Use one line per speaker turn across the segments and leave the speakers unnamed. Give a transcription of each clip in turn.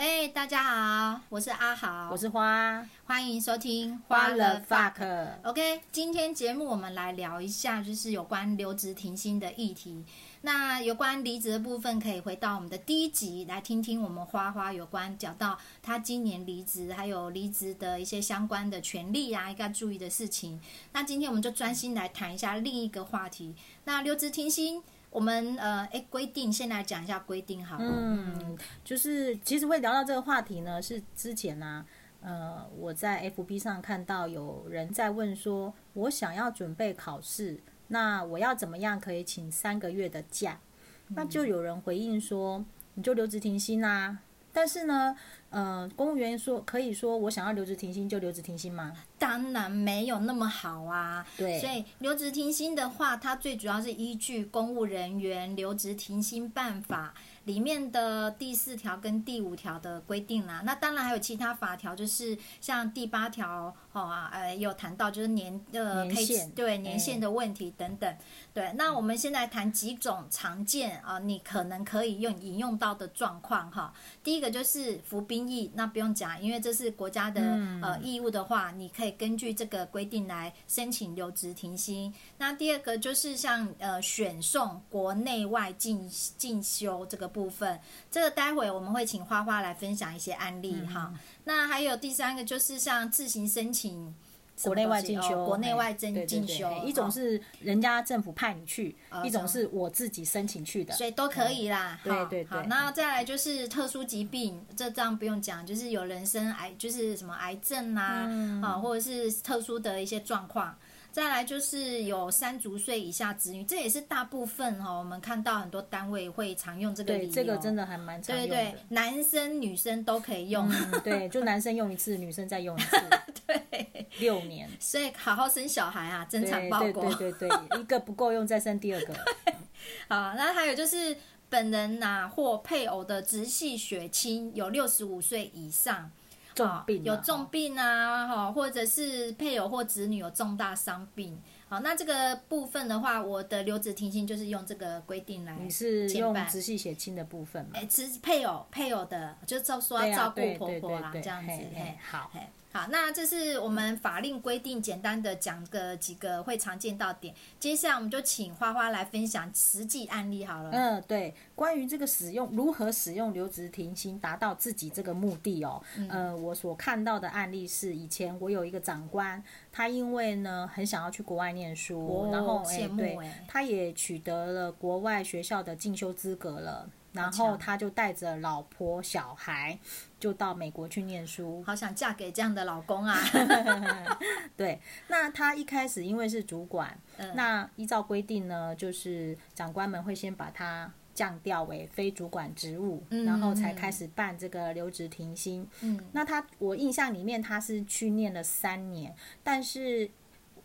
嗨，哎大家好，我是阿豪
我，是花
欢迎收听
花了
fuck
fuck，
OK，今天节目我们来聊一下，就是有关留职停薪的议题。那有关离职的部分，可以回到我们的第一集来听听我们花花有关讲到他今年离职，还有离职的一些相关的权利啊，应该注意的事情。那今天我们就专心来谈一下另一个话题，那留职停薪。我们呃，哎，规定先来讲一下规定好了。
嗯，就是其实会聊到这个话题呢，是之前呢、呃，我在 FB 上看到有人在问说，我想要准备考试，那我要怎么样可以请三个月的假？
嗯
那就有人回应说，你就留职停薪啊。但是呢，呃，公务员说可以说我想要留职停薪就留职停薪吗？
当然没有那么好啊。
对
所以留职停薪的话，它最主要是依据《公务人员留职停薪办法》里面的第四条跟第五条的规定啦。那当然还有其他法条，就是像第八条哦啊，呃，也有谈到就是年呃
年
可以
限
对
嗯
年限的问题等等。对，那我们先来谈几种常见啊、你可能可以用引用到的状况哈。第一个就是服兵役，那不用讲，因为这是国家的、呃义务的话，你可以根据这个规定来申请留职停薪。那第二个就是像呃选送国内外进进修这个部分，这个待会我们会请花花来分享一些案例哈。那还有第三个就是像自行申请什么
国内外
东西
进
哦
修，
国内外
嘿对
进
对
进
对
修
嘿，一种
哦
是人家政府派你去，一
这样
种是我自己申请去的。
所以都可以啦。
嗯
哈
对对对
好，那再来就是特殊疾病，这当然不用讲，就是有人生癌，就是什么癌症啊，
嗯
啊，或者是特殊的一些状况。再来就是有三足岁以下子女，这也是大部分哈、哦，我们看到很多单位会常用这个理
对，
由。
这个真
的，
的还蛮常
对
用
对
的。
对，男生女生都可以用。
嗯，对，就男生用一次，女生再用一次，对，六年，
所以好好生小孩啊，增
对
产报
对
国。
对 对对，一个不够用再生第二个，
好，那还有就是本人呐、或配偶的直系血亲有六十五岁以上。哦
重病
有
嘛
重
哈
病啊，哈，或者是配偶或子女有重大伤病。好，那这个部分的话，我的留职停薪就是用这个规定来。
你是用
办
直系血亲的部分嘛
哎，？其实配偶配偶的，就照说
对
要
啊
照顾
对
婆
对
婆
对
啦，
对
这样子。
嘿嘿
嘿
好
嘿好，那这是我们法令规定，简单的讲个几个会常见到点。接下来我们就请花花来分享实际案例好了。
嗯，对，关于这个使用如何使用留职停薪达到自己这个目的哦，
嗯
呃，我所看到的案例是，以前我有一个长官，他因为呢很想要去国外念书，
哦
然后哎、
羡慕
对
哎，
他也取得了国外学校的进修资格了，然
强
后他就带着老婆小孩就到美国去念书，
好想嫁给这样的老公 啊！
对，那他一开始因为是主管，那依照规定呢，就是长官们会先把他降调为非主管职务，然后才开始办这个留职停薪。
嗯，
那他我印象里面他是去念了三年，但是。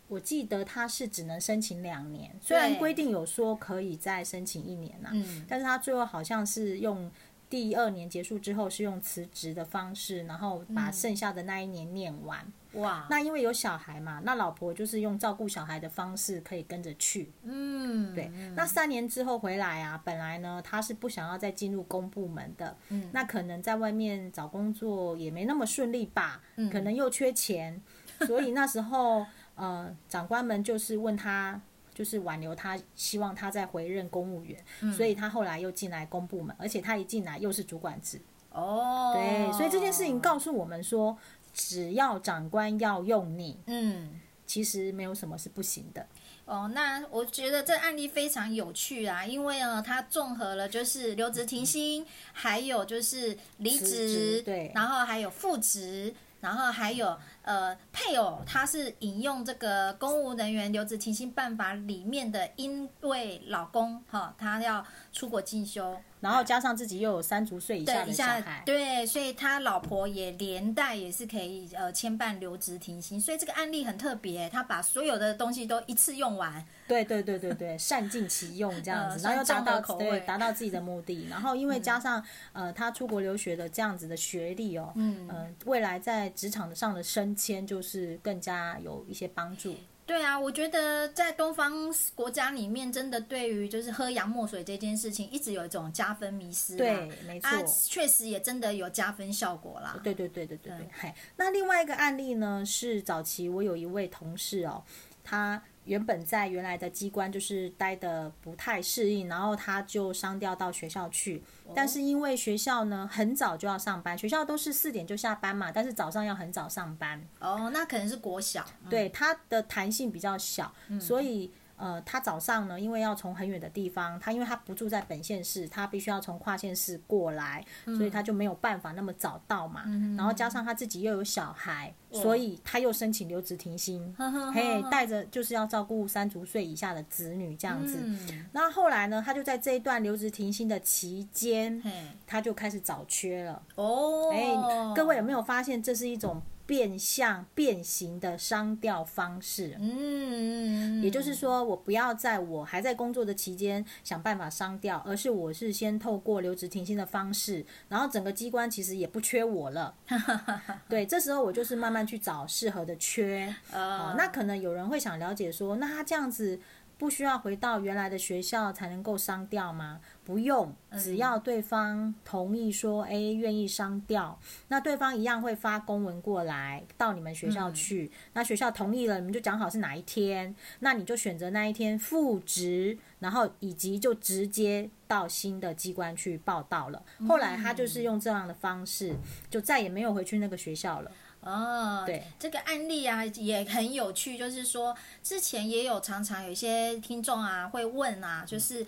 我记得他是只能申请两年，虽然
对
规定有说可以再申请一年呐、啊
嗯
但是他最后好像是用第二年结束之后是用辞职的方式，然后把剩下的那一年念完。
哇，
那因为有小孩嘛，那老婆就是用照顾小孩的方式可以跟着去。
嗯，
对，那三年之后回来啊，本来呢他是不想要再进入公部门的，
嗯
那可能在外面找工作也没那么顺利吧，
嗯
可能又缺钱，所以那时候呃长官们就是问他。就是挽留他，希望他再回任公务员，
嗯
所以他后来又进来公部门，而且他一进来又是主管职，
哦，
对，所以这件事情告诉我们说，只要长官要用你，
嗯，
其实没有什么是不行的。
哦，那我觉得这案例非常有趣啊，因为呢，它综合了就是留职停薪，还有就是离
辞
职
职，对
然后还有复职。然后还有呃，配偶他是引用这个《公务人员留职停薪办法》里面的，因为老公哈、他要出国进修，
然后加上自己又有三足岁以下
对
的
一
小
下
孩，
对，所以他老婆也连带也是可以呃牵绊留职停薪，所以这个案例很特别，他把所有的东西都一次用完，
对对对对对，善尽其用这样
嗯
子，然后又达
算综合
到
口味
对达到自己的目 的，然后因为加上、呃他出国留学的这样子的学历呃哦，嗯、未来在职场上的升迁就是更加有一些帮助。
对啊，我觉得在东方国家里面，真的对于就是喝洋墨水这件事情，一直有一种加分迷失。
对，，没错。
啊，确实也真的有加分效果啦。
对对对对对对
对，
嗨。那另外一个案例呢，是早期我有一位同事哦，他原本在原来的机关就是待的不太适应，然后他就商调到学校去，但是因为学校呢很早就要上班，学校都是四点就下班嘛，但是早上要很早上班，
哦，那可能是国小。嗯，
对它的弹性比较小，所以。呃，他早上呢，因为要从很远的地方，他因为他不住在本县市，他必须要从跨县市过来，所以他就没有办法那么早到嘛。然后加上他自己又有小孩，所以他又申请留职停薪，
呵呵呵
嘿，带着就是要照顾三足岁以下的子女这样子。
嗯，
那后来呢，他就在这一段留职停薪的期间，
嘿，
他就开始找缺了。
哦，
哎、各位有没有发现这是一种变相变形的商调方式？
嗯，嗯，
也就是说，我不要在我还在工作的期间想办法商调，而是我是先透过留职停薪的方式，然后整个机关其实也不缺我了。 对，这时候我就是慢慢去找适合的缺。
呃
哦，，那可能有人会想了解说，那他这样子不需要回到原来的学校才能够商调吗？不用，
嗯
只要对方同意说，哎，愿意商调，那对方一样会发公文过来到你们学
嗯
校去。那学校同意了，你们就讲好是哪一天，那你就选择那一天复职，然后以及就直接到新的机关去报到了。后来他
嗯
就是用这样的方式，就再也没有回去那个学校了。
哦，
对，
这个案例啊也很有趣，就是说之前也有常常有一些听众啊会问
嗯
啊，就是。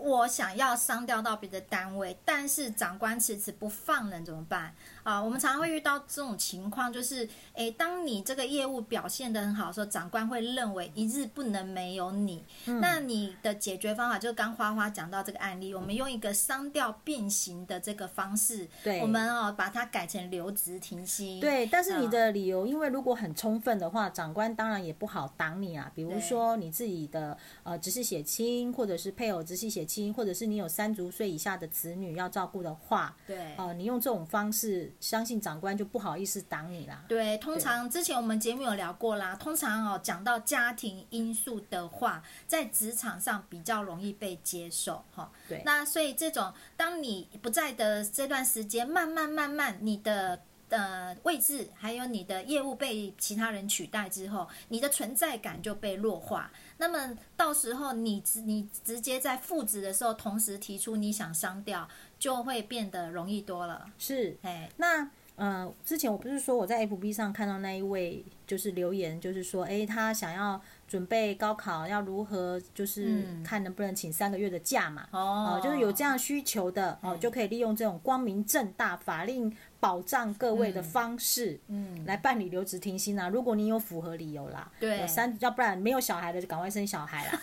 我想要商调到别的单位，但是长官迟迟不放人怎么办啊？我们常常会遇到这种情况，就是诶，当你这个业务表现得很好的时候，长官会认为一日不能没有你。
嗯
那你的解决方法就是刚花花讲到这个案例，我们用一个商调变形的这个方式，
对
我们哦把它改成留职停薪。
对，但是
嗯
你的理由，因为如果很充分的话，长官当然也不好挡你啊。比如
对
说你自己的呃直系血亲，或者是配偶直系血亲，或者是你有三足岁以下的子女要照顾的话，
对
呃，你用这种方式，相信长官就不好意思挡你啦。
对，通常之前我们节目有聊过啦。通常哦，讲到家庭因素的话，在职场上比较容易被接受哈、
对
那所以这种当你不在的这段时间，慢慢慢慢，你的呃位置还有你的业务被其他人取代之后，你的存在感就被弱化。那么到时候你直你直接在复职的时候，同时提出你想商调，就会变得容易多了。
是，
哎，
那呃，之前我不是说我在 FB 上看到那一位就是留言，就是说，诶，他想要准备高考，要如何就是
嗯
看能不能请三个月的假嘛？
哦
哦，就是有这样需求的
嗯
哦，就可以利用这种光明正大、法令保障各位的方式，
嗯
来办理留职停薪啊。如果你有符合理由啦，
对
有三，要不然没有小孩的就赶快生小孩啦，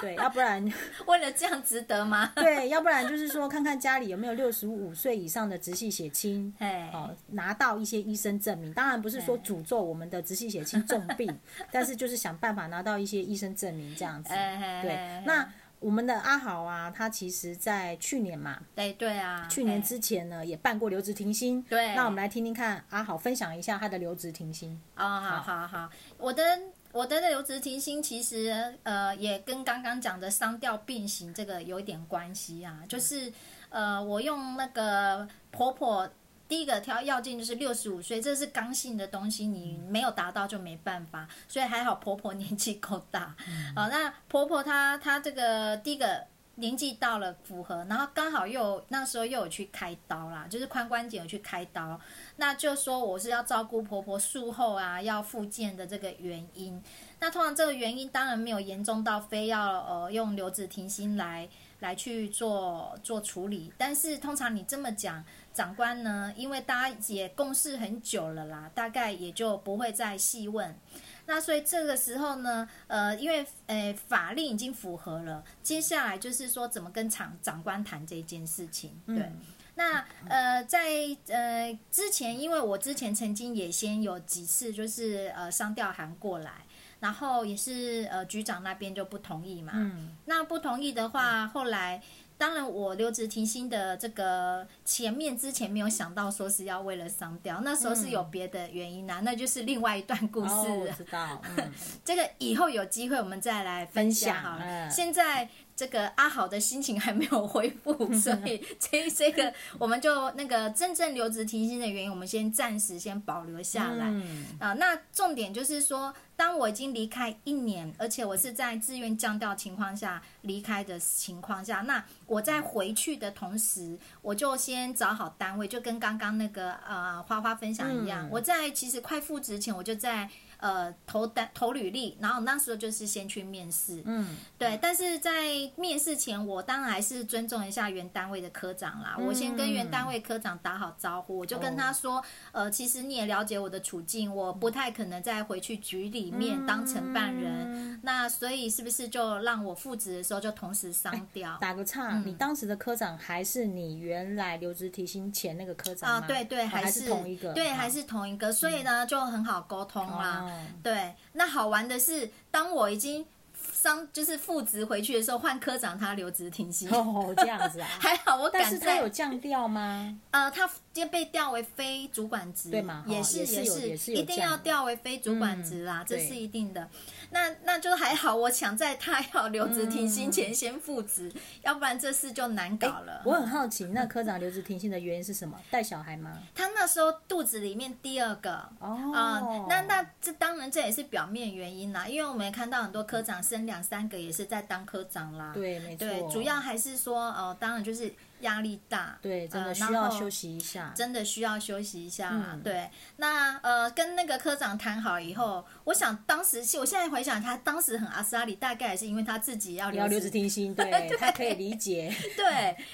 对，要不然
为了这样值得吗？
对，要不然就是说看看家里有没有六十五岁以上的直系血亲，
哎，
哦，拿到一些医生证明，当然不是说诅咒我们的直系血亲重病，但是就是想办法拿到一些医生证明这样子。
哎
对，那我们的阿豪啊，他其实在去年嘛，
对对啊，
去年之前呢也办过留职停薪。
对
那我们来听听看阿豪分享一下他的留职停薪。
哎哦，好好好，我的我的留职停薪其实呃也跟刚刚讲的商调并行这个有一点关系啊，就是呃我用那个婆婆。第一个条要件就是六十五岁，这是刚性的东西，你没有达到就没办法，所以还好婆 婆年纪够大。好、那婆婆她她这个第一个年纪到了符合，然后刚好又有那时候又有去开刀啦，就是髋关节有去开刀，那就说我是要照顾婆婆术后啊要复健的这个原因。那通常这个原因当然没有严重到非要呃用留子停薪来来去做做处理，但是通常你这么讲，长官呢，因为大家也共事很久了啦，大概也就不会再细问。那所以这个时候呢，呃，因为呃法令已经符合了，接下来就是说怎么跟长长官谈这件事情，对。
嗯
那呃，在呃之前，因为我之前曾经也先有几次就是呃商调函过来，然后也是呃局长那边就不同意嘛。
嗯，
那不同意的话，后来当然，我留职停薪的这个前面之前没有想到说是要为了商调，那时候是有别的原因啊啦、那就是另外一段故事。
嗯哦，我知道， 嗯，
这个以后有机会我们再来分享好了。
分享嗯
现在这个阿好的心情还没有恢复，所以这这个我们就那个真正留职停薪的原因，我们先暂时先保留下来。
嗯
啊、那重点就是说，当我已经离开一年，而且我是在自愿降调情况下离开的情况下，那我在回去的同时，我就先找好单位，就跟刚刚那个呃花花分享一样，
嗯
我在其实快复职前，我就在呃投单投履历，然后那时候就是先去面试，
嗯，
对，但是在面试前，我当然还是尊重一下原单位的科长啦。我先跟原单位科长打好招呼，我就
哦
跟他说，呃，其实你也了解我的处境，我不太可能再回去局里面当承办人。
嗯
那所以是不是就让我复职的时候就同时商调？
打个岔，
嗯
你当时的科长还是你原来留职提薪前那个科长
啊，
吗
对对，
哦还
是
同一个，
对，
哦
还是啊同一个，所以呢就很好沟通啦。
哦
对，那好玩的是，当我已经商就是复职回去的时候，换科长他留职停薪。
哦，这样 子啊。
还好我
但
敢
是他
在
有降调吗？
呃，他就被调为非主管职，
对嘛
也
哦
是
也是有也是有
一定要
降的
调为非主管职啦，
嗯
这
对
是一定的。那那就还好，我抢在他要留职停
嗯
薪前先复职，要不然这事就难搞了。
我很好奇，那科长留职停薪的原因是什么？带小孩吗？
他那时候肚子里面第二个
哦
啊、那那这当然这也是表面原因啦，因为我们也看到很多科长生两三个也是在当科长啦。
对，没错，
对，主要还是说呃，当然就是压力大，
对，真的
呃
需要
然后
休息一下。
真的需要休息一下、
嗯
对，那呃，跟那个科长谈好以后，我想当时，我现在回想他当时很阿斯拉里，大概也是因为他自己要
你要
留
留职
职。
停薪， 对他可以理解。
对，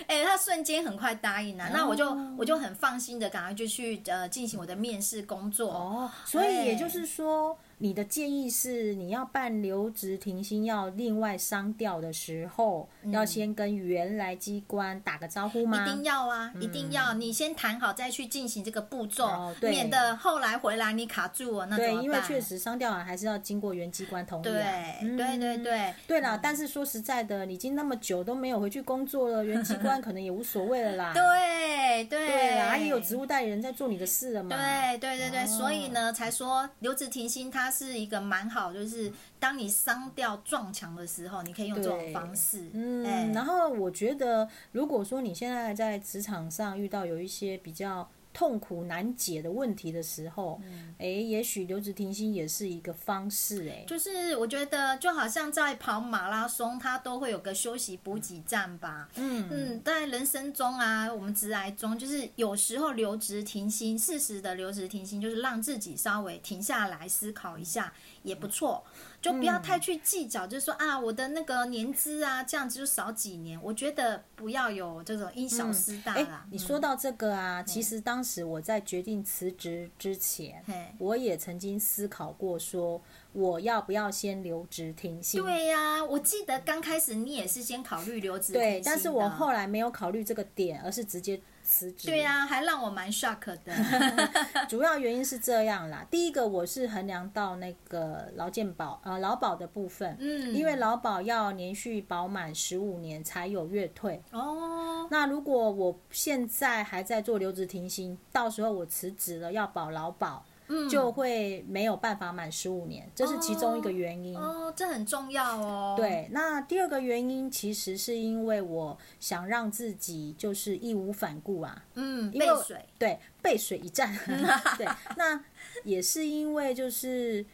哎、他瞬间很快答应了、啊那我就
哦
我就很放心的，赶快就去呃进行我的面试工作。
哦，所以
哎
也就是说，你的建议是，你要办留职停薪，要另外商调的时候，要先跟原来机关打个招呼吗？
嗯一
嗯
定要啊，一定要！你先谈好，再去进行这个步骤，
哦对
免得后来回来你卡住我，那怎么
对，
办？
因为确实商调完还是要经过原机关同意、
对、嗯
啊。
对对对，
对啦，但是说实在的，你已经那么久都没有回去工作了，原机关可能也无所谓了啦。
对对
对啊，也有职务代理人在做你的事了嘛。
对对对对，
哦
所以呢，才说留职停薪，它是一个蛮好，就是当你伤掉撞墙的时候，你可以用这种
对
方式。
嗯，
哎
然后我觉得，如果说你现在在职场上遇到有一些比较痛苦难解的问题的时候，哎、也许留职停薪也是一个方式、哎诶
嗯就是我觉得，就好像在跑马拉松，它都会有个休息补给站吧。
嗯
嗯，在人生中啊，我们职来中，就是有时候留职停薪，适时的留职停薪，就是让自己稍微停下来思考一下，也不错。就不要太
嗯
去计较，就是说啊，我的那个年资啊，这样子就少几年。我觉得不要有这种因小失大嗯
哎、
啦。
你说到这个啊，其实当时我在决定辞职之前，
嘿
我也曾经思考过说，我要不要先留职停薪？
对呀、我记得刚开始你也是先考虑留职停薪的，
对，但是我后来没有考虑这个点，而是直接辞职。
对呀、还让我蛮 shock 的。
主要原因是这样啦。第一个，我是衡量到那个劳健保呃劳保的部分，
嗯
因为劳保要连续保满十五年才有月退。
哦，
那如果我现在还在做留职停薪，到时候我辞职了要保劳保，
嗯，
就会没有办法满十五年，这是其中一个原因。
哦，这很重要哦。，
对，那第二个原因其实是因为我想让自己就是义无反顾啊，
嗯，
因
背
为我
水，
对，背水一战。 对，那也是因为就是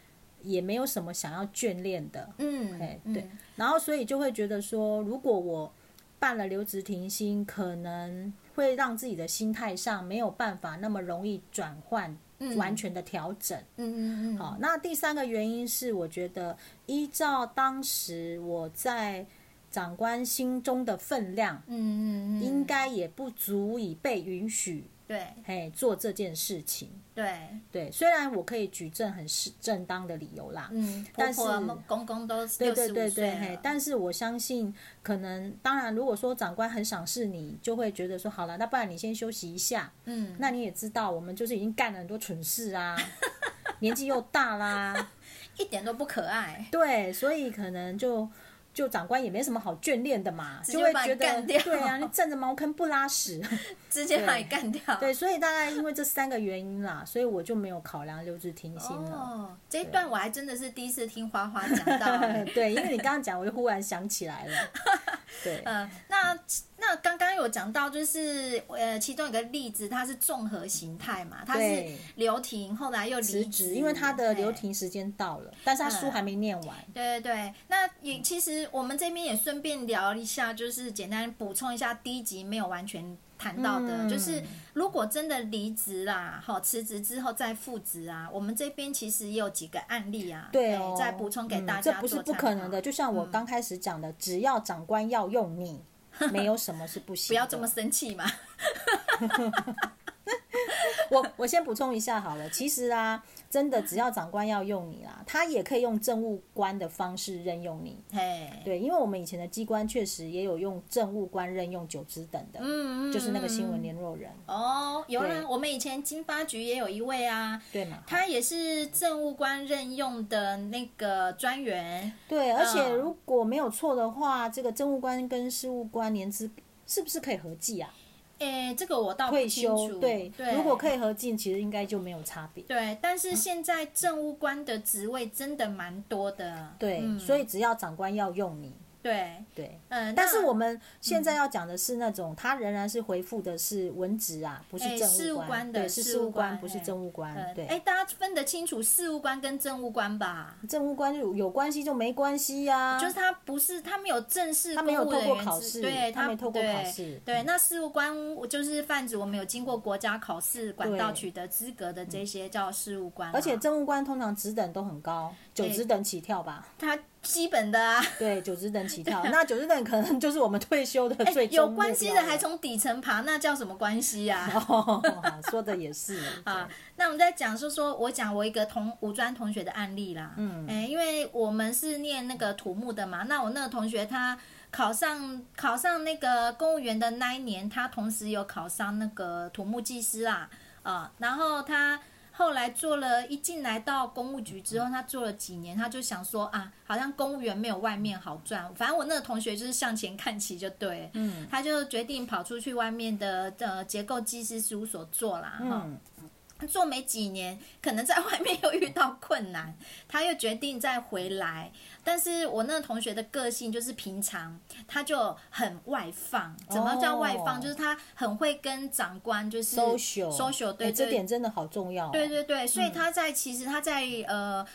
也没有什么想要眷恋的，
嗯
哎，
嗯
对，然后所以就会觉得说，如果我办了留职停薪，可能会让自己的心态上没有办法那么容易转换，
嗯
完全的调整。
嗯嗯嗯，
好，那第三个原因是，我觉得依照当时我在长官心中的分量，
嗯嗯嗯，
应该也不足以被允许。
对
嘿，做这件事情。
对，
对，虽然我可以举证很是正当的理由啦，
嗯，
但
婆婆
是
公公都
对
六
对
十
对
五岁
对，
了
嘿，但是我相信，可能当然，如果说长官很赏识你，就会觉得说，好了，那不然你先休息一下。
嗯，
那你也知道，我们就是已经干了很多蠢事啊， 年纪又大啦，
一点都不可爱。
对，所以可能就。就长官也没什么好眷恋的嘛，
接
就会
把你
觉得
干掉
对啊，你站着茅坑不拉屎。
直接把你干掉。
对，所以大概因为这三个原因啦，所以我就没有考量留职停薪了。。
哦，这一段我还真的是第一次听花花讲到、欸
对，因为你刚刚讲，我就忽然想起来了。 对，
呃，那那刚刚有讲到，就是呃，其中一个例子，它是综合形态嘛，它是
对
留停，后来又
辞
离
职，因为他的留
嘿
停时间到了，但是他书还没念完。
嗯对对对，那也其实我们这边也顺便聊一下，就是简单补充一下第一集没有完全谈到的，
嗯
就是如果真的离职啦，好辞职之后再复职啊，我们这边其实也有几个案例啊，
对哦，
再补充给大
嗯
家、
这不是不可能的。，就像
嗯
我刚开始讲的，只要长官要用 你，没有什么是不行的。
不要这么生气嘛，
我我先补充一下好了，其实啊，真的只要长官要用你啦，他也可以用政务官的方式任用你。
嘿，
对，因为我们以前的机关确实也有用政务官任用九职等的，
嗯，嗯
就是那个新
嗯
闻联络人，
哦，有
对
啦，我们以前经发局也有一位啊。
对嘛？
他也是政务官任用的那个专员，
对，而且
嗯
如果没有错的话，这个政务官跟事务官年资是不是可以合计啊？
诶，这个我倒不
退
清
休
楚。
对，
对，
如果可以合计，其实应该就没有差别。
对，但是现在政务官的职位真的蛮多的。
对，
嗯
所以只要长官要用你，
对，
对，
嗯、
但是我们现在要讲的是那种，他仍然是回复的是文职啊，不是
哎
政
事
务
务
官，
官的
对，是
事
事
务
务官，
官
不是
哎
政务官，
呃
对。
哎、大家分得清楚事务官跟政务官吧？
政务官有有关系就没关系呀、
就是他不是他没有正式
他没有
公务人
透过
员
考
资
试
对
他没透过
对
考试
对，
嗯
那事务官我就是泛指我们有经过国家考试管道
对嗯
取得资格的这些叫事务官啊、
而且政务官通常职等都很高，九
对
职等起跳 吧？
他基本的啊。
对，九职等 起跳。那九职等可能就是我们退休的
哎
最终
有
目
关系
标
的还
了
从底层爬，那叫什么关系呀、啊？
哦，好说的也是
啊，那我们在讲是说，我讲我一个同五专同学的案例啦，嗯，哎、因为我们是念那个土木的嘛，那我那个同学他考上考上那个公务员的那一年，他同时有考上那个土木技师啦，啊、然后他后来做了一进来到公务局之后，他做了几年，他就想说啊，好像公务员没有外面好赚，反正我那个同学就是向前看齐就对了，嗯，他就决定跑出去外面的呃结构技师事务所做啦，哈、
嗯
做没几年，可能在外面又遇到困难，他又决定再回来。但是我那个同学的个性就是平常，他就很外放。怎么叫外放？
哦
就是他很会跟长官就是
social
social 对
哎这
对
点真的好重要哦、
对对对，所以他在、其实他在呃。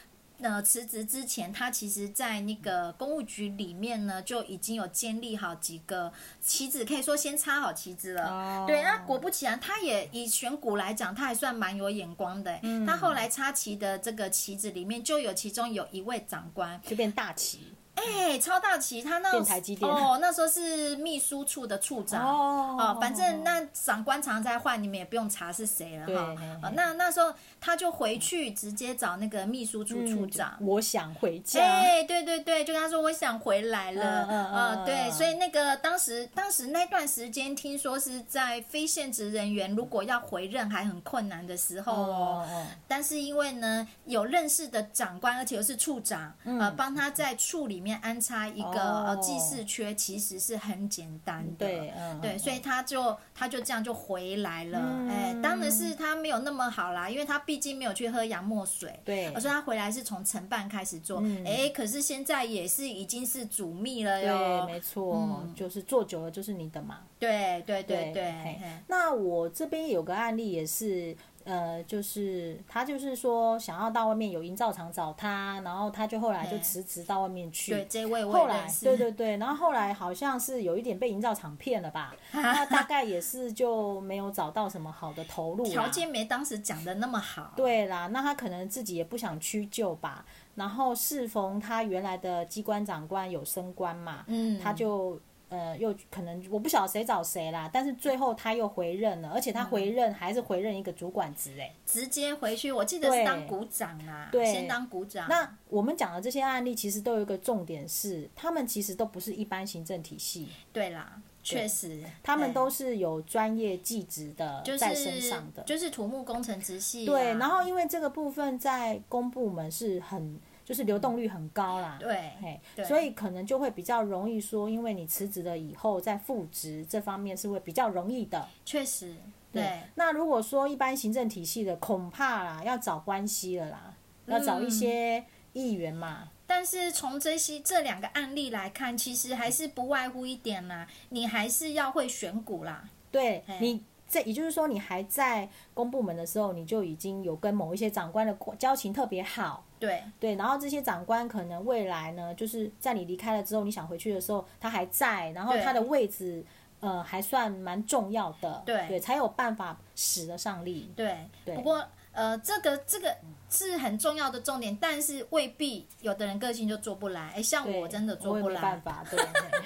呃，辞职之前，他其实，在那个公务局里面呢，就已经有建立好几个棋子，可以说先插好棋子了。
哦
对，那果不其然，他也以选股来讲，他还算蛮有眼光的欸、
嗯
他后来插旗的这个旗子里面，就有其中有一位长官，
就变大旗
哎、超大旗，他那
变台积电
哦，那时候是秘书处的处长
哦
哦反正那长官常在换，你们也不用查是谁了
对
哈
嘿嘿、
哦那那时候他就回去直接找那个秘书处处长。
我想回家。
哎、对对对，就跟他说我想回来了，
嗯嗯
呃
嗯
对，
嗯
所以那个当时当时那段时间，听说是在非现职人员如果要回任还很困难的时候哦。
哦
但是因为呢，有认识的长官，而且又是处长，呃，帮他在处里面安插一个、呃
嗯哦
记事缺，其实是很简单的。
对，嗯，
对，所以他就他就这样就回来了。
嗯
哎、当然是他没有那么好啦，因为他毕竟没有去喝洋墨水。
对
我说他回来是从承办开始做，哎、
嗯
可是现在也是已经是主秘了
对，
哟。
没错，
嗯
就是做久了就是你的嘛。
对对对对，
嘿
嘿
那我这边有个案例也是，呃，就是他就是说想要到外面有营造厂找他，然后他就后来就
嘿
辞职到外面
对
去。
这位我
后
也
来
认，识。
对对对，然后后来好像是有一点被营造厂骗 了吧，那大概也是就没有找到什么好的投入啦
条件没当时讲的那么好。
啊对啦，那他可能自己也不想屈就吧。然后适逢他原来的机关长官有升官嘛，
嗯，
他就呃又可能我不晓得谁找谁啦，但是最后他又回任了，而且他回任还是回任一个主管职哎、
直接回去，我记得是
对
当股长啊，
对
先当股长。
那我们讲的这些案例，其实都有一个重点是，他们其实都不是一般行政体系，
对啦，确实，
他们
对
都是有专业技职的
就是
在身上的。
就是土木工程直系啊、
对，然后因为这个部分在公部门是很就是流动率很高啦。
对，
对，所以可能就会比较容易说，因为你辞职了以后，在复职这方面是会比较容易的。
确实，对，
那如果说一般行政体系的，恐怕啦要找关系了啦，
嗯
要找一些议员嘛。
但是从这些这两个案例来看，其实还是不外乎一点啦，你还是要会选股啦。
对你这也就是说，你还在公部门的时候，你就已经有跟某一些长官的交情特别好。
对
对，然后这些长官可能未来呢，就是在你离开了之后，你想回去的时候，他还在，然后他的位置呃还算蛮重要的，
对
对，才有办法使得上力。
对，
对
不过呃，这个这个是很重要的重点，但是未必有的人个性就做不来。哎，像
对，
我真的做
我也
不
没办
来。
法， 对，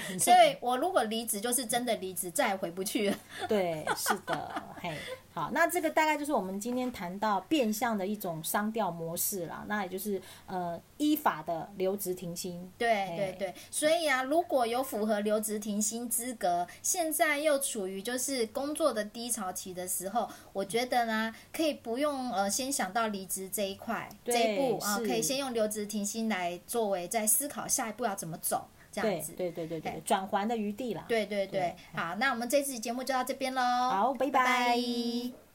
对
所以，我如果离职，就是真的离职，再也回不去了。
对，是的，嘿，好，那这个大概就是我们今天谈到变相的一种商调模式啦，那也就是呃依法的留职停薪，
对对对，所以啊，如果有符合留职停薪资格，现在又处于就是工作的低潮期的时候，我觉得呢，可以不用呃先想到离职这一块
对
这一步啊、
是
可以先用留职停薪来作为在思考下一步要怎么走这样
对
子。
对对对对
嘿，
转圜的余地啦，
对对对
对
好，那我们这次节目就到这边喽，
好拜拜
拜